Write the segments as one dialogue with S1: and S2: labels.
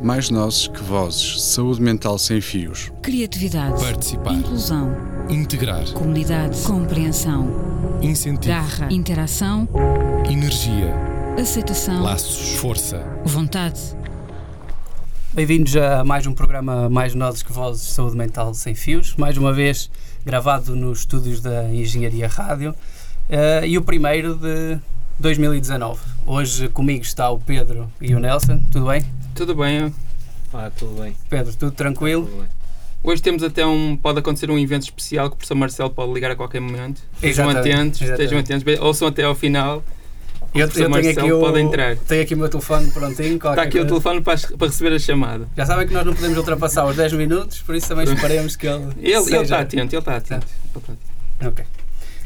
S1: Mais nozes que vozes. Saúde mental sem fios.
S2: Criatividade.
S3: Participar.
S2: Inclusão.
S3: Integrar.
S2: Comunidade. Compreensão.
S3: Tipo. Incentivo.
S2: Garra. Interação.
S3: Energia.
S2: Aceitação.
S3: Laços. Força.
S2: Vontade.
S4: Bem-vindos a mais um programa Mais Nozes que Vozes Saúde Mental Sem Fios, mais uma vez gravado nos estúdios da Engenharia Rádio eh, e o primeiro de 2019. Hoje comigo está o Pedro e o Nelson, tudo bem?
S5: Tudo bem,
S6: Ah, tudo bem.
S4: Pedro, tudo tranquilo?
S6: Tudo bem.
S5: hoje temos até um. Pode acontecer um evento especial que o professor Marcelo pode ligar a qualquer momento. Estejam
S4: Exatamente,
S5: atentos, estejam
S4: exatamente.
S5: atentos, bem, ouçam até ao final. O
S4: Eu, eu
S5: professor
S4: tenho, aqui
S5: Marcelo pode entrar.
S4: o, tenho aqui o meu telefone prontinho.
S5: Está
S4: qualquer
S5: aqui o
S4: coisa.
S5: telefone para, as- para receber a chamada.
S4: Já sabem que nós não podemos ultrapassar os 10 minutos, por isso também esperemos que ele.
S5: Ele tá ele
S4: seja.
S5: está atento, ele está atento. Então, Ele está atento.
S4: Ok.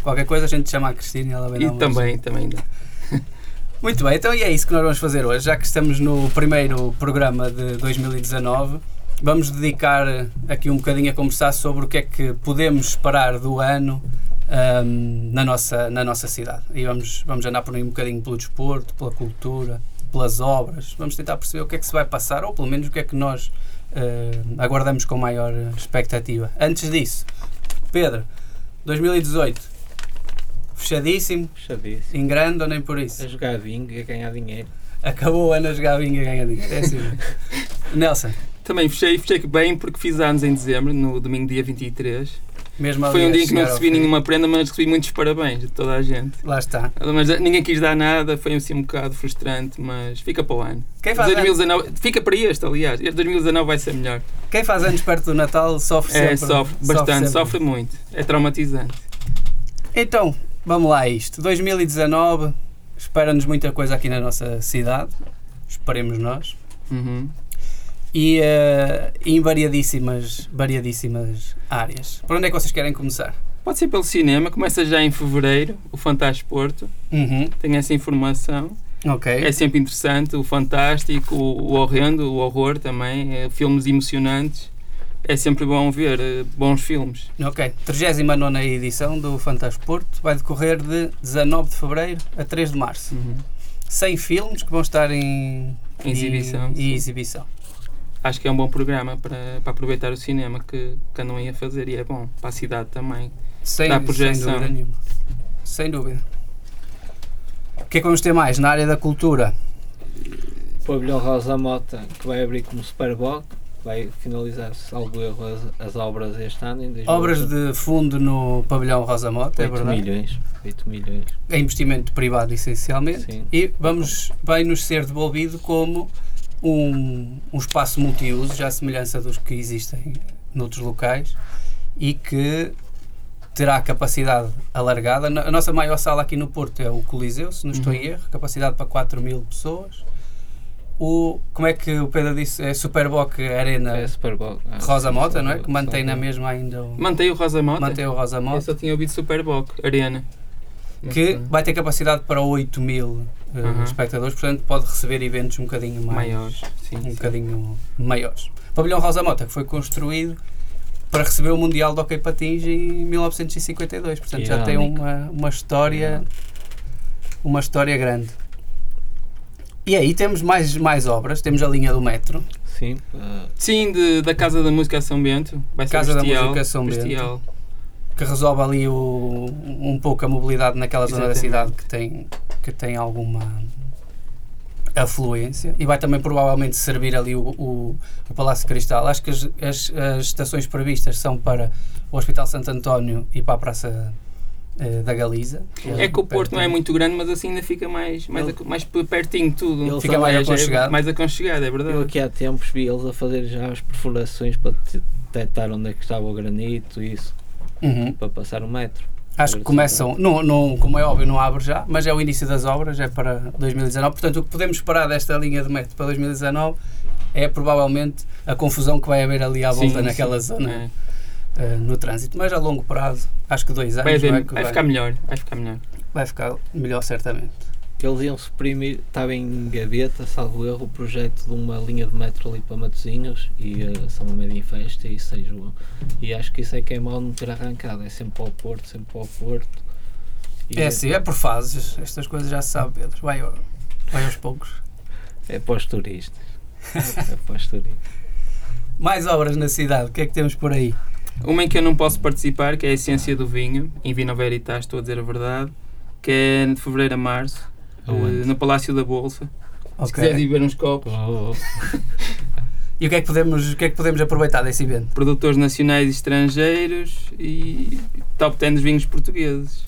S4: Qualquer coisa a gente chama a Cristina e ela vai dar
S5: E
S4: umas-
S5: também, também dá.
S4: Muito bem, então e é isso que nós vamos fazer hoje, já que estamos no primeiro programa de 2019. Vamos dedicar eh, aqui um bocadinho a conversar sobre o que é que podemos esperar do ano ahm, na, nossa, na nossa cidade. E vamos, vamos andar por aí um bocadinho pelo desporto, pela cultura, pelas obras. Vamos tentar perceber o que é que se vai passar, ou pelo menos o que é que nós eh, aguardamos com maior eh, expectativa. Antes disso, Pedro, 2018, fechadíssimo,
S6: Fechadíssimo.
S4: em grande ou nem por isso?
S6: A jogar bingo e a ganhar dinheiro.
S4: Acabou o ano a jogar vinho e ganhar dinheiro. É assim. Nelson,
S5: Também fechei, fechei bem porque fiz anos em dezembro, no domingo dia 23.
S4: mesmo ali
S5: Foi um
S4: a
S5: dia em que não
S4: chegar ao
S5: recebi
S4: fim.
S5: nenhuma prenda, mas recebi muitos parabéns de toda a gente.
S4: Lá está.
S5: Mas ninguém quis dar nada, foi assim um bocado frustrante, mas fica para o ano.
S4: Quem faz, anos,
S5: 2019, fica para este, aliás. Este 2019 vai ser melhor.
S4: quem faz anos perto do Natal sofre sempre.
S5: é, sofre bastante,
S4: sempre.
S5: sofre muito. É traumatizante.
S4: Então, vamos lá a isto. 2019 espera-nos muita coisa aqui na nossa cidade. Esperemos nós.
S5: Uhum.
S4: E eh, em variadíssimas, variadíssimas áreas. Por onde é que vocês querem começar?
S5: Pode ser pelo cinema, começa já em fevereiro, o Fantástico Porto.
S4: Uhum.
S5: Tem essa informação.
S4: Ok.
S5: É sempre interessante, o fantástico, o, o horrendo, o horror também. é, filmes emocionantes. É sempre bom ver eh, bons filmes.
S4: Ok. 39 edição do Fantástico Porto vai decorrer de 19 de fevereiro a 3 de março. 100 filmes que vão estar em
S5: Em exibição,
S4: E,
S5: sim.
S4: exibição.
S5: Acho que é um bom programa para, para aproveitar o cinema que, que andam aí a fazer e é bom para a cidade também.
S4: Sem,
S5: Dá
S4: sem
S5: projeção. né?
S4: dúvida nenhuma. Sem dúvida. O que é que vamos ter mais na área da cultura?
S6: Pavilhão Rosa Mota, que vai abrir como Super Bowl, vai finalizar, salvo erro, as, as obras este ano. Em
S4: Obras de fundo no pavilhão Rosa Mota, é
S6: 8
S4: verdade?
S6: milhões. 8 milhões.
S4: É investimento privado essencialmente.
S6: Sim.
S4: E vamos, vai nos ser devolvido como um, um espaço multiuso, já à semelhança dos que existem noutros locais, e que terá capacidade alargada. Na- A nossa maior sala aqui no Porto é o Coliseu, se não estou
S6: Uhum.
S4: em erro, capacidade para 4 mil pessoas. O, como é que o Pedro disse? É Superboc Arena
S6: É Super Bowl. Ah,
S4: Rosa Mota,
S6: Super
S4: não é?
S6: Bowl,
S4: Que mantém
S6: Super
S4: na
S6: Bowl.
S4: mesma ainda o,
S5: Mantém o Rosa Mota.
S4: mantém o Rosa
S5: Eu
S4: Mota
S5: só tinha ouvido Superboc, Arena.
S4: que
S5: Mas,
S4: vai ter capacidade para 8 mil uh,
S5: Uhum.
S4: espectadores, portanto pode receber eventos um bocadinho
S5: uh,
S4: mais,
S5: maiores. Sim,
S4: um
S5: sim.
S4: bocadinho maiores. O pavilhão Rosa Mota que foi construído para receber o Mundial de Hockey Patins em 1952, portanto já tem
S6: Irónico.
S4: uma, uma história uma história grande. E aí temos mais, mais obras, temos a linha do metro,
S6: Sim. ah,
S5: Sim, de- da Casa da Música a São Bento. Vai ser
S4: Casa da
S5: bestial,
S4: Música a São Bento.
S5: bestial.
S4: que resolve ali o- um pouco a mobilidade naquela zona da cidade que tem, que tem alguma afluência e vai também provavelmente servir ali o, o- o Palácio de Cristal. Acho que as, as- as estações previstas são para o Hospital Santo António e para a Praça eh, da Galiza.
S5: É que o Porto não é muito grande, mas assim ainda fica mais, mais,
S6: Ele-
S5: ac- mais p- pertinho de tudo.
S6: Ele
S4: fica mais
S5: É, já é
S4: aconchegado.
S5: Mais aconchegado, é
S6: Eu
S5: verdade.
S6: aqui há tempos vi eles a fazer já as perfurações para te- detectar onde é que estava o granito e isso,
S4: Uhum.
S6: para passar o metro.
S4: Acho que começam, não, não, como é óbvio, não abre já, mas é o início das obras, é para 2019. Portanto, o que podemos esperar desta linha de metro para 2019 é provavelmente a confusão que vai haver ali à volta naquela zona
S5: É.
S4: eh, no trânsito. Mas a longo prazo, acho que dois anos
S5: Vai, haver-
S4: não é que
S5: vai ficar melhor. Vai ficar melhor.
S4: vai ficar melhor, certamente.
S6: que eles iam suprimir, estava em gaveta, salvo erro, o projeto de uma linha de metro ali para Matosinhos e eh, São Médio em Festa e São João. E acho que isso é que é mau não ter arrancado, é sempre para o Porto, sempre para o Porto. E
S4: É assim, é por fases. Estas coisas já se sabe, Pedro. Vai, ao- vai aos poucos.
S6: É para os turistas. Aposto nisso.
S4: Mais obras na cidade, o que é que temos por aí?
S5: Uma em que eu não posso participar, que é a Essência do Vinho, em Vino Veritas, tá, estou a dizer a verdade, que é de fevereiro a março,
S6: Aonde?
S5: eh, no Palácio da Bolsa. Se
S4: Ok.
S5: quiseres ir beber uns copos,
S6: Oh,
S4: E o que é que podemos, o que é que podemos aproveitar desse evento?
S5: produtores nacionais e estrangeiros e top 10 dos vinhos portugueses.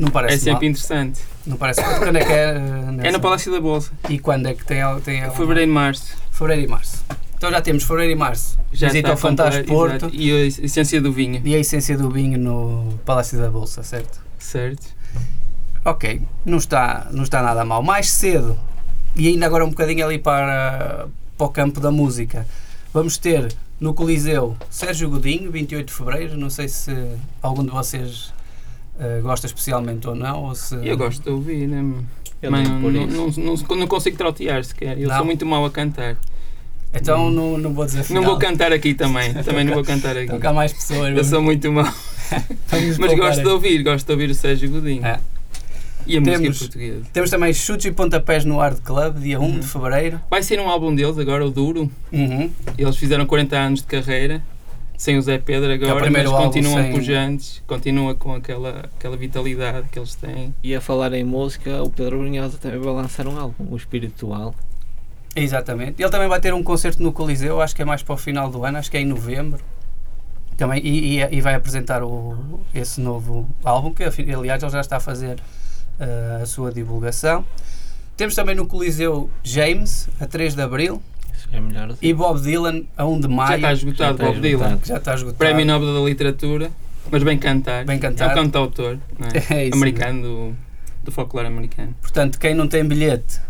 S4: Não parece
S5: é sempre
S4: mal.
S5: interessante.
S4: Não parece mal. Quando é que é? eh,
S5: É
S4: Nelson?
S5: no Palácio da Bolsa,
S4: E quando é que tem? al- tem alguma-
S5: fevereiro e março.
S4: Fevereiro e março. Então já temos fevereiro e março. Visita
S5: está
S4: ao Fantástico
S5: completo,
S4: Porto
S5: exato. E a Essência do Vinho,
S4: e a essência do vinho no Palácio da Bolsa, certo?
S5: certo?
S4: Ok, não está, não está nada mal. Mais cedo, e ainda agora um bocadinho ali para, para o campo da música, vamos ter no Coliseu Sérgio Godinho, 28 de Fevereiro. Não sei se algum de vocês eh, gosta especialmente ou não. Ou se...
S5: Eu gosto de ouvir, né? meu?
S6: eu
S5: Mas
S6: ligo
S5: não,
S6: por
S5: não,
S6: isso.
S5: não, não- não consigo trautear sequer. Eu
S4: Não.
S5: sou muito mal a cantar.
S4: Então não, não Então vou dizer
S5: Não vou cantar aqui também. Também não vou cantar aqui.
S4: Toca mais pessoas.
S5: Eu sou muito mal.
S4: vamos
S5: Mas
S4: poupar
S5: gosto de
S4: aqui.
S5: ouvir, gosto de ouvir o Sérgio Godinho.
S4: Então É.
S5: E a
S4: Temos-
S5: música portuguesa.
S4: Temos também Chutes e Pontapés no Hard Club, dia 1
S5: Uhum.
S4: de Fevereiro.
S5: Vai ser um álbum deles agora, o Duro.
S4: Uhum.
S5: Eles fizeram 40 anos de carreira, sem o Zé Pedro
S4: É o
S5: agora,
S4: primeiro
S5: mas
S4: álbum
S5: continuam
S4: sem-
S5: pujantes, continuam com aquela, aquela vitalidade que eles têm.
S6: E a falar em música, o Pedro Brunhosa também vai lançar um álbum, o Espiritual.
S4: Exatamente. Ele também vai ter um concerto no Coliseu, acho que é mais para o final do ano, acho que é em novembro. Também, e, e- e vai apresentar o, esse novo álbum, que afi- aliás ele já está a fazer eh, a sua divulgação. Temos também no Coliseu James, a 3 de Abril,
S6: Isso já é melhor.
S4: e Bob Dylan, a 1 de
S5: Já tá
S4: Maio.
S5: está esgotado Bob Dylan.
S4: Já está esgotado.
S5: Prémio Nobel da Literatura, mas bem cantar.
S4: Bem cantar.
S5: É o cantautor não é?
S4: É isso
S5: americano, do, do folclore americano.
S4: Portanto, quem não tem bilhete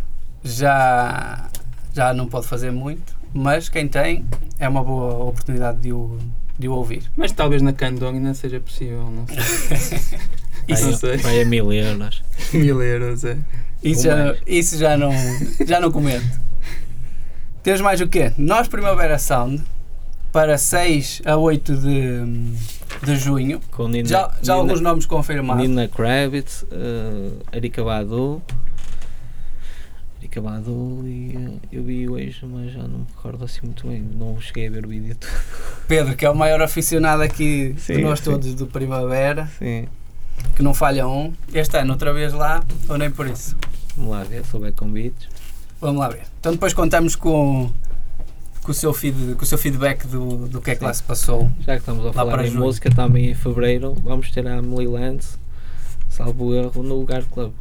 S4: já, já não pode fazer muito, mas quem tem é uma boa oportunidade de o, de o ouvir.
S5: Mas talvez na Candong ainda seja possível, não sei. Isso não sei.
S6: vai, vai a mil euros.
S5: Mil euros, é.
S4: Isso,
S6: Ou
S4: já,
S6: mais.
S4: isso já não, já não comento. Temos mais o quê? Nós Primavera Sound para 6 a 8 de, de junho.
S6: Com Nina,
S4: Já, já
S6: Nina,
S4: alguns nomes confirmados.
S6: Nina Kravitz, eh, Erika Badu. Erika Badu e eh, eu vi hoje, mas já não me recordo assim muito bem. Não cheguei a ver o vídeo todo.
S4: Pedro, que é o maior aficionado aqui de
S6: Sim,
S4: nós
S6: sim.
S4: todos do Primavera,
S6: Sim.
S4: que não falha um. Este ano, outra vez lá, ou nem por isso.
S6: Vamos lá ver, sou back on beats.
S4: Vamos lá ver. Então depois contamos com, com, o, seu feed- com o seu feedback do, do que é que lá se passou.
S6: Já que estamos a
S4: para
S6: falar em
S4: junho.
S6: música, também em fevereiro vamos ter a Emily Lance, salvo erro, no Lugar Club,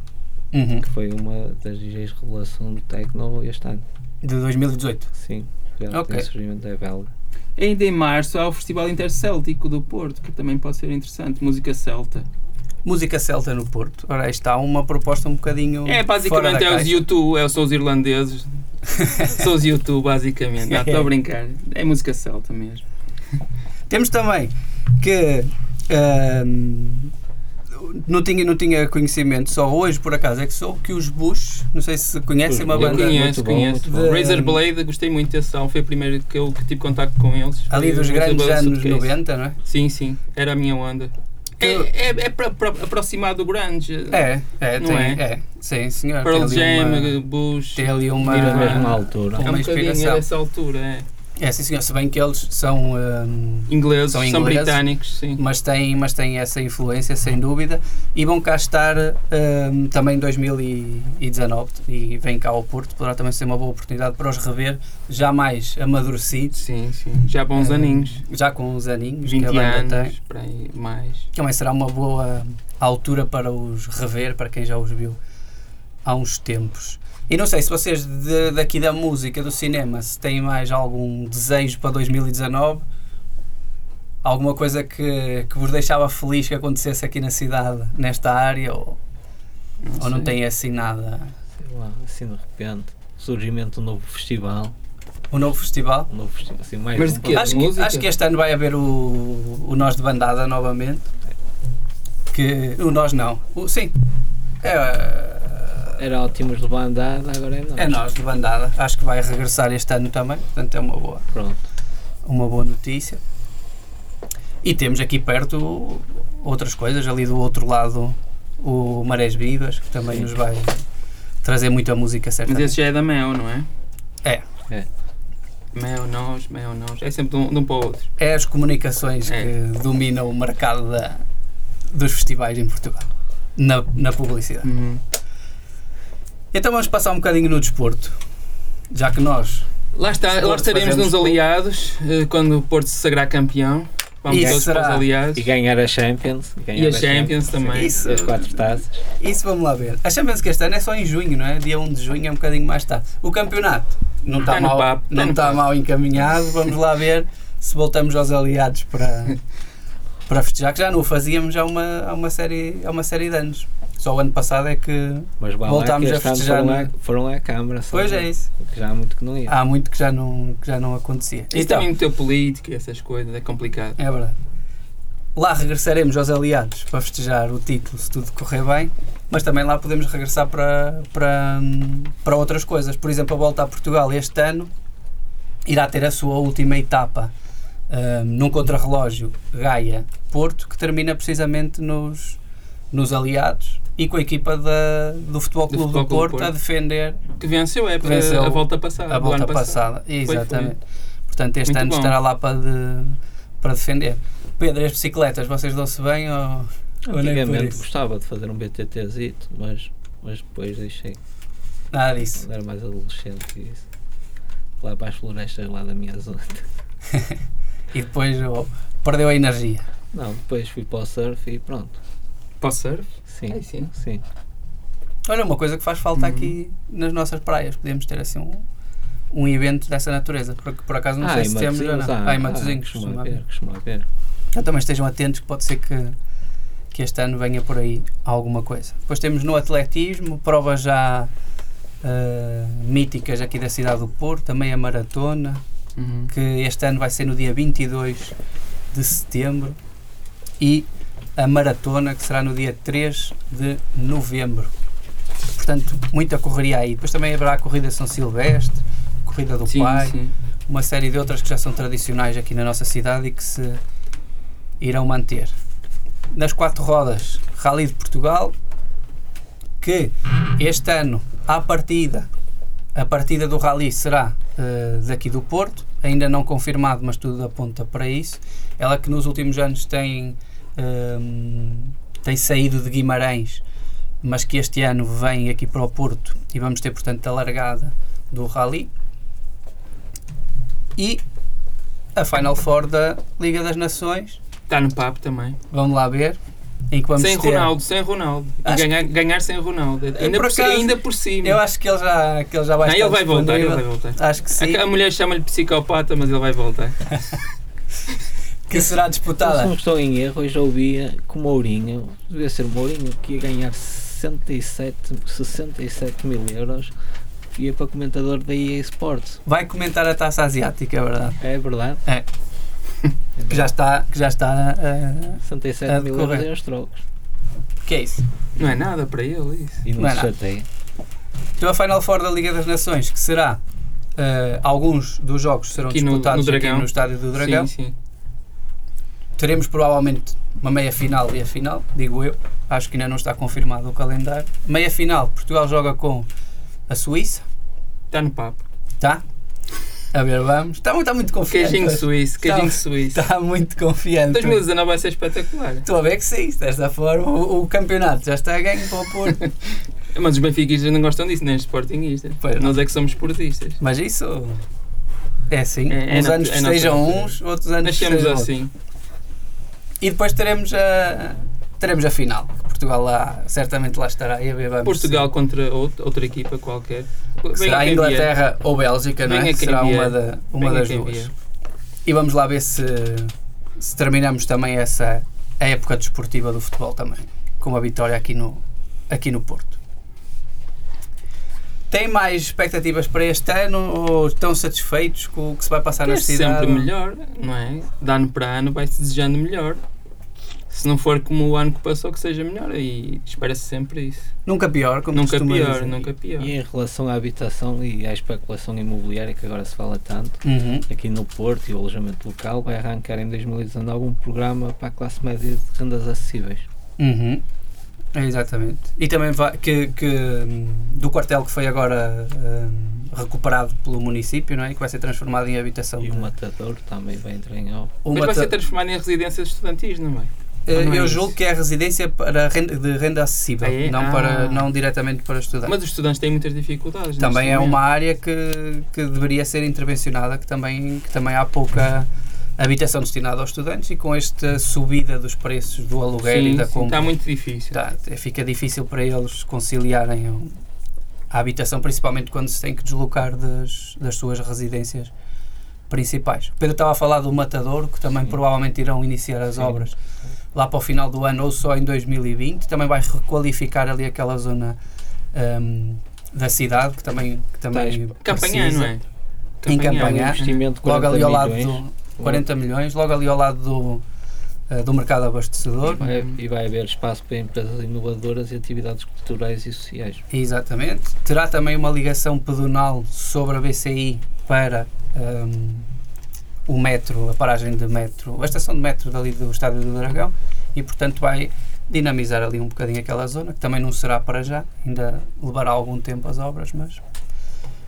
S4: Uhum.
S6: que foi uma das DJs revelação do Tecno este ano.
S4: De 2018.
S6: Sim, já
S4: Ok.
S6: tem surgimento da belga.
S5: Ainda em março há o Festival Intercéltico do Porto, que também pode ser interessante, música celta.
S4: Música celta no Porto. Ora, aí está uma proposta um bocadinho. fora
S5: É, basicamente
S4: da
S5: é os
S4: caixa.
S5: YouTube, é, são os irlandeses. são os YouTube, basicamente. Não, estou a brincar. É música celta mesmo.
S4: Temos também que. ahm, não tinha, não tinha conhecimento, só hoje por acaso é que soube que os Bush, não sei se conhecem,
S6: Os
S4: uma
S6: Bush.
S5: Eu
S4: banda
S5: conheço,
S6: muito bom,
S4: muito
S5: conheço.
S4: bom.
S5: Razor Blade, gostei muito desse álbum. Foi o primeiro que eu que tive contacto com eles.
S4: ali
S5: Foi
S4: dos
S5: o Razor
S4: grandes
S5: Blade
S4: anos
S5: Suitcase.
S4: 90, não é?
S5: Sim, sim. Era a minha onda. É, é, é pra- pra- aproximar do grunge.
S4: É, é,
S5: Não
S4: tem,
S5: é?
S4: é. Sim, senhor. tem
S5: Pearl
S4: ali
S5: Jam, eh,
S4: uma-
S5: Bush.
S4: tem ali uma.
S6: Na
S5: Ah.
S6: mesma altura.
S5: É um bocadinho
S4: inspiração.
S5: dessa altura, é.
S4: É, sim, senhor. Se bem que eles são. hum,
S5: Ingleses,
S4: São
S5: são,
S4: ingleses.
S5: britânicos, sim.
S4: mas têm, mas têm essa influência, sem dúvida, e vão cá estar hum, também em 2019 e vêm cá ao Porto, poderá também ser uma boa oportunidade para os rever, já mais amadurecidos,
S5: Sim, sim. Já há bons
S4: Ah.
S5: aninhos.
S4: já com uns aninhos que a
S5: 20
S4: banda tem.
S5: anos, para aí, mais.
S4: Também será uma boa altura para os rever, para quem já os viu há uns tempos. E não sei se vocês de- daqui da música, do cinema, se têm mais algum desejo para 2019, alguma coisa que, que vos deixava feliz que acontecesse aqui na cidade, nesta área, ou
S5: Não
S4: ou não
S5: sei.
S4: têm assim nada?
S6: Sei lá, assim de repente. Surgimento de um novo festival.
S4: O novo festival?
S6: Um novo festival assim, mais
S5: Mas
S6: um
S5: é de quê?
S4: Acho que,
S5: música?
S4: acho que este ano vai haver o, o Nós de Bandada novamente. Que, o Nós não. O, sim. É,
S6: Era ótimos de bandada, agora é nós.
S4: É nós de bandada. Acho que vai regressar este ano também, portanto é uma boa,
S6: Pronto.
S4: uma boa notícia. E temos aqui perto outras coisas, ali do outro lado o Marés Vivas, que também
S6: Sim.
S4: nos vai trazer muita música
S5: Mas
S4: certamente.
S5: esse já é da Mel, não é?
S4: É,
S5: Mel, nós, mel, nós. É sempre de um, de um para o outro.
S4: É as comunicações
S5: É.
S4: que dominam o mercado da- dos festivais em Portugal, na, na publicidade.
S5: Uhum.
S4: Então vamos passar um bocadinho no desporto, já que nós.
S5: Lá, está, lá
S4: Porto,
S5: estaremos
S4: fazemos
S5: nos
S4: Porto.
S5: aliados eh, quando o Porto se sagrar campeão. Vamos
S4: Isso
S5: todos para
S4: será.
S5: os aliados.
S6: E ganhar a Champions. ganhar
S5: E a Champions também.
S4: Isso.
S6: As quatro taças.
S4: Isso vamos lá ver. A Champions que este ano é só em junho, não é? Dia 1 de junho é um bocadinho mais tarde. O campeonato não está
S5: Está Tá no
S4: mal,
S5: papo, está
S4: não
S5: no
S4: está
S5: papo.
S4: mal encaminhado. Vamos lá ver se voltamos aos aliados para, para festejar, que já não o fazíamos há uma, há, uma série, há uma série de anos. Só o ano passado é que.
S6: Mas vá lá
S4: Voltámos
S6: que
S4: a
S6: este ano
S4: festejar,
S6: foram,
S4: não é?
S6: à, foram à Câmara. só
S4: Pois é isso. Ah,
S6: que Já há muito que não ia.
S4: Há muito que já não, que já não acontecia.
S5: Isso também meteu político e essas coisas, é complicado.
S4: É verdade. Lá regressaremos aos aliados para festejar o título, se tudo correr bem, mas também lá podemos regressar para, para, hum, para outras coisas. Por exemplo, a volta a Portugal este ano irá ter a sua última etapa hum, num contrarrelógio Gaia-Porto, que termina precisamente nos, nos aliados e com a equipa da, do Futebol Clube do,
S5: Futebol Clube do
S4: Porto, a
S5: Porto.
S4: defender
S5: Que venceu é
S4: Venceu
S5: a, a volta passada.
S4: a
S5: do ano
S4: volta
S5: passado.
S4: passada.
S5: foi.
S4: Exatamente. Portanto, este
S5: Muito
S4: ano
S5: bom.
S4: estará lá para, de- para defender. Pedro, as bicicletas, vocês dão-se bem ou, ou nem por
S6: Antigamente
S4: isso?
S6: gostava de fazer um BTTzito, mas, mas depois deixei.
S4: Nada disso.
S6: Quando era mais adolescente e isso. Lá para as florestas lá da minha zona.
S4: E depois oh, perdeu a energia.
S6: Não, depois fui para o surf e pronto.
S5: Para o surf?
S6: Sim.
S5: Ai, sim.
S6: Sim.
S4: Olha, uma coisa que faz falta
S5: Uhum.
S4: aqui nas nossas praias. Podemos ter assim um, um evento dessa natureza. Porque por acaso não
S6: Ah,
S4: sei
S6: em
S4: se temos ou
S6: Matosinhos,
S4: não.
S6: há-
S4: Ah, em
S6: há,
S4: Matosinhos.
S6: Costuma
S4: costuma
S6: haver,
S4: haver.
S6: costuma haver.
S4: Então também estejam atentos que pode ser que, que este ano venha por aí alguma coisa. Depois temos no atletismo, provas já eh, míticas aqui da cidade do Porto, também a maratona,
S5: Uhum.
S4: que este ano vai ser no dia 22 de setembro e a maratona que será no dia 3 de novembro. Portanto, muita correria aí. Depois também haverá a corrida São Silvestre, corrida do
S5: Sim,
S4: Pai,
S5: sim.
S4: uma série de outras que já são tradicionais aqui na nossa cidade e que se irão manter. Nas quatro rodas, Rally de Portugal, que este ano, à partida, a partida do Rally será eh, daqui do Porto, ainda não confirmado, mas tudo aponta para isso. Ela que nos últimos anos tem, ehm, tem saído de Guimarães, mas que este ano vem aqui para o Porto e vamos ter, portanto, a largada do Rally e a Final Four da Liga das Nações.
S5: Está Tá no papo também.
S4: Vamos lá ver. Em que vamos
S5: sem
S4: ter.
S5: Ronaldo, sem Ronaldo. E
S4: Acho É,
S5: ganhar, ganhar sem Ronaldo. Ainda
S4: por
S5: por,
S4: acaso,
S5: ainda por cima.
S4: Eu acho que ele já, que ele já vai
S5: Não,
S4: estar
S5: ele vai voltar, ele
S4: disponível.
S5: vai voltar.
S4: Acho que sim.
S5: A, a mulher chama-lhe psicopata, mas ele vai voltar.
S4: Que será
S6: Então, Se não
S4: disputada.
S6: estou em erro, eu já ouvia que o Mourinho, devia ser o Mourinho, que ia ganhar 67, 67 mil euros ia para comentador da EA Sports.
S4: Vai comentar a taça asiática, é verdade.
S6: É verdade?
S4: É. Que já está. Que já está eh,
S6: 67
S4: É de
S6: mil
S4: correr.
S6: euros em aos trocos.
S4: que é isso?
S5: Não é nada para ele isso.
S6: E não,
S4: Não é
S6: se
S4: nada.
S6: chateia.
S4: Então a Final Four da Liga das Nações, que será. eh, alguns dos jogos serão
S5: Aqui no-
S4: disputados
S5: no
S4: aqui
S5: Dragão.
S4: no Estádio do Dragão.
S5: Sim, sim.
S4: Teremos provavelmente uma meia final e a final, digo eu. Acho que ainda não está confirmado o calendário. Meia final, Portugal joga com a Suíça,
S5: Está no papo.
S4: tá? A ver, vamos. Está, está muito confiante.
S5: Queijinho
S4: Tá
S5: suíço, queijinho
S4: Está-
S5: suíço.
S4: Está muito confiante.
S5: 2019 vai ser espetacular.
S4: Estou a ver que sim, desta forma o, o campeonato já está a ganho para o Porto.
S5: Mas os benfiquistas não gostam disso, nem os sportinguistas.
S4: Pois não.
S5: Nós é que somos esportistas.
S4: Mas isso é assim.
S5: É- é
S4: uns
S5: nat-
S4: anos
S5: é
S4: festejam
S5: natural.
S4: uns, outros anos
S5: Nascemos
S4: festejam
S5: assim.
S4: outros. E depois teremos a, teremos a final. que Portugal lá, certamente lá estará. E a ver, vamos
S5: Portugal contra out- outra equipa qualquer.
S4: Que
S5: Venha
S4: será a
S5: quem vier.
S4: Inglaterra ou Bélgica, não
S5: Venha
S4: é?
S5: quem
S4: Será uma,
S5: vier.
S4: da- uma
S5: Venha
S4: das
S5: quem
S4: duas.
S5: vier.
S4: E vamos lá ver se, se terminamos também essa a época desportiva do futebol também, com uma vitória aqui no, aqui no Porto. Tem mais expectativas para este ano ou estão satisfeitos com o que se vai passar na
S5: É
S4: cidade?
S5: sempre melhor, não é? De ano para ano vai-se desejando melhor. Se não for como o ano que passou, que seja melhor. E espera-se sempre isso.
S4: Nunca pior, como
S5: nunca
S4: costuma
S5: pior,
S4: dizer.
S5: nunca pior.
S6: E em relação à habitação e à especulação imobiliária que agora se fala tanto,
S4: Uhum.
S6: aqui no Porto e o alojamento local vai arrancar em 2019 um programa para a classe média de rendas acessíveis.
S4: Uhum. É, Exatamente. E também vai, que, que, hum, do quartel que foi agora hum, recuperado pelo município, não é? E que vai ser transformado em habitação.
S6: E o matador também vai entrar em obra.
S4: O
S5: Mas vai
S4: mata-
S5: ser transformado em residências estudantis, não é?
S4: Eh,
S5: não é
S4: Eu
S5: isso.
S4: julgo que é a residência para renda, de renda acessível,
S5: Ah, é?
S4: não, para,
S5: Ah.
S4: não diretamente para estudar.
S5: Mas os estudantes têm muitas dificuldades.
S4: também
S5: neste
S4: é uma
S5: momento.
S4: área que, que deveria ser intervencionada, que também, que também há pouca habitação destinada aos estudantes e com esta subida dos preços do aluguel
S5: Sim,
S4: e da
S5: sim,
S4: compra.
S5: está muito difícil.
S4: Tá, é- fica difícil para eles conciliarem o- a habitação, principalmente quando se têm que deslocar das, das suas residências principais. O Pedro estava a falar do Matador, que também provavelmente irão iniciar as obras lá para o final do ano ou só em 2020. Também vai requalificar ali aquela zona hum, da cidade, que também, que também
S5: Campanhã,
S4: precisa.
S5: não é?
S4: Em
S6: É um
S4: Campanhã.
S6: investimento de
S4: Logo
S6: 40
S4: ali ao lado
S6: milhões.
S4: do 40 milhões, logo ali ao lado do, eh, do mercado abastecedor.
S5: é
S6: Vai- e vai haver espaço para empresas inovadoras e atividades culturais e sociais.
S4: Exatamente. Terá também uma ligação pedonal sobre a BCI para hum, o metro, a paragem de metro, a estação de metro dali do Estádio do Dragão e, portanto, vai dinamizar ali um bocadinho aquela zona, que também não será para já, ainda levará algum tempo as obras, mas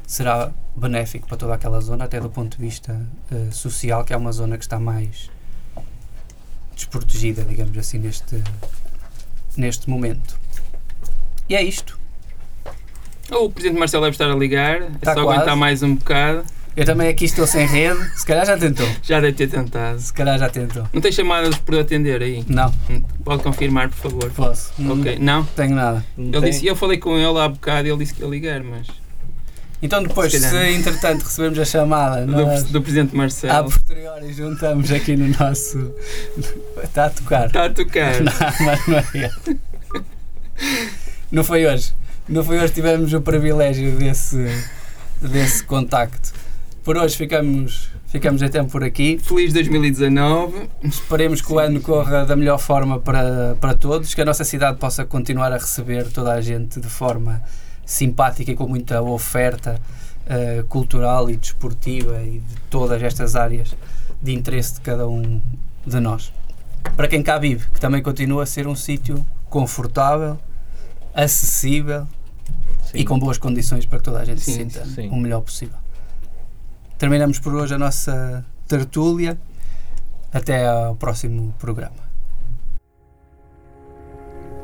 S4: será benéfico para toda aquela zona, até do ponto de vista eh, social, que é uma zona que está mais desprotegida, digamos assim, neste, neste momento. E é isto.
S5: Ou Oh, o Presidente Marcelo deve estar a ligar, é
S4: Tá
S5: só
S4: quase.
S5: aguentar mais um bocado.
S4: Eu também aqui estou sem rede. Se calhar já tentou.
S5: Já deve ter tentado.
S4: Se calhar já tentou.
S5: Não tem chamadas por atender aí?
S4: Não,
S5: Pode confirmar, por favor.
S4: posso. Não
S5: Ok, não?
S4: tenho nada.
S6: Não
S5: Ele
S6: tem?
S5: disse, eu falei com ele há bocado e ele disse que ia ligar, mas.
S4: Então depois,
S5: Se
S4: se,
S5: calhar não.
S4: entretanto recebermos a chamada, nós
S5: Do, do Presidente
S4: a
S5: Marcelo.
S4: posteriori juntamos aqui no nosso... Está a tocar.
S5: Está Tá a tocar.
S4: Não, mas não é ele. Não foi hoje. Não foi hoje que tivemos o privilégio desse, desse contacto. Por hoje ficamos, ficamos então por aqui.
S5: Feliz 2019.
S4: Esperemos que o ano corra da melhor forma para, para todos, que a nossa cidade possa continuar a receber toda a gente de forma simpática e com muita oferta eh, cultural e desportiva e de todas estas áreas de interesse de cada um de nós. Para quem cá vive, que também continua a ser um sítio confortável, acessível
S6: Sim.
S4: e com boas condições para que toda a gente se
S5: Sim,
S4: sinta
S6: sim.
S4: o melhor possível. Terminamos por hoje a nossa tertúlia. Até ao próximo programa.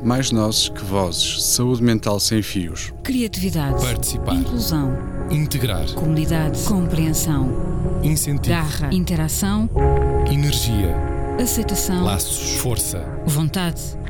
S1: Mais nozes que vozes. Saúde mental sem fios.
S2: Criatividade.
S3: Participar.
S2: Inclusão.
S3: Integrar.
S2: Comunidade. Compreensão.
S3: Tipo. Incentivo.
S2: Garra. Interação.
S3: Energia.
S2: Aceitação.
S3: Laços. Força.
S2: Vontade.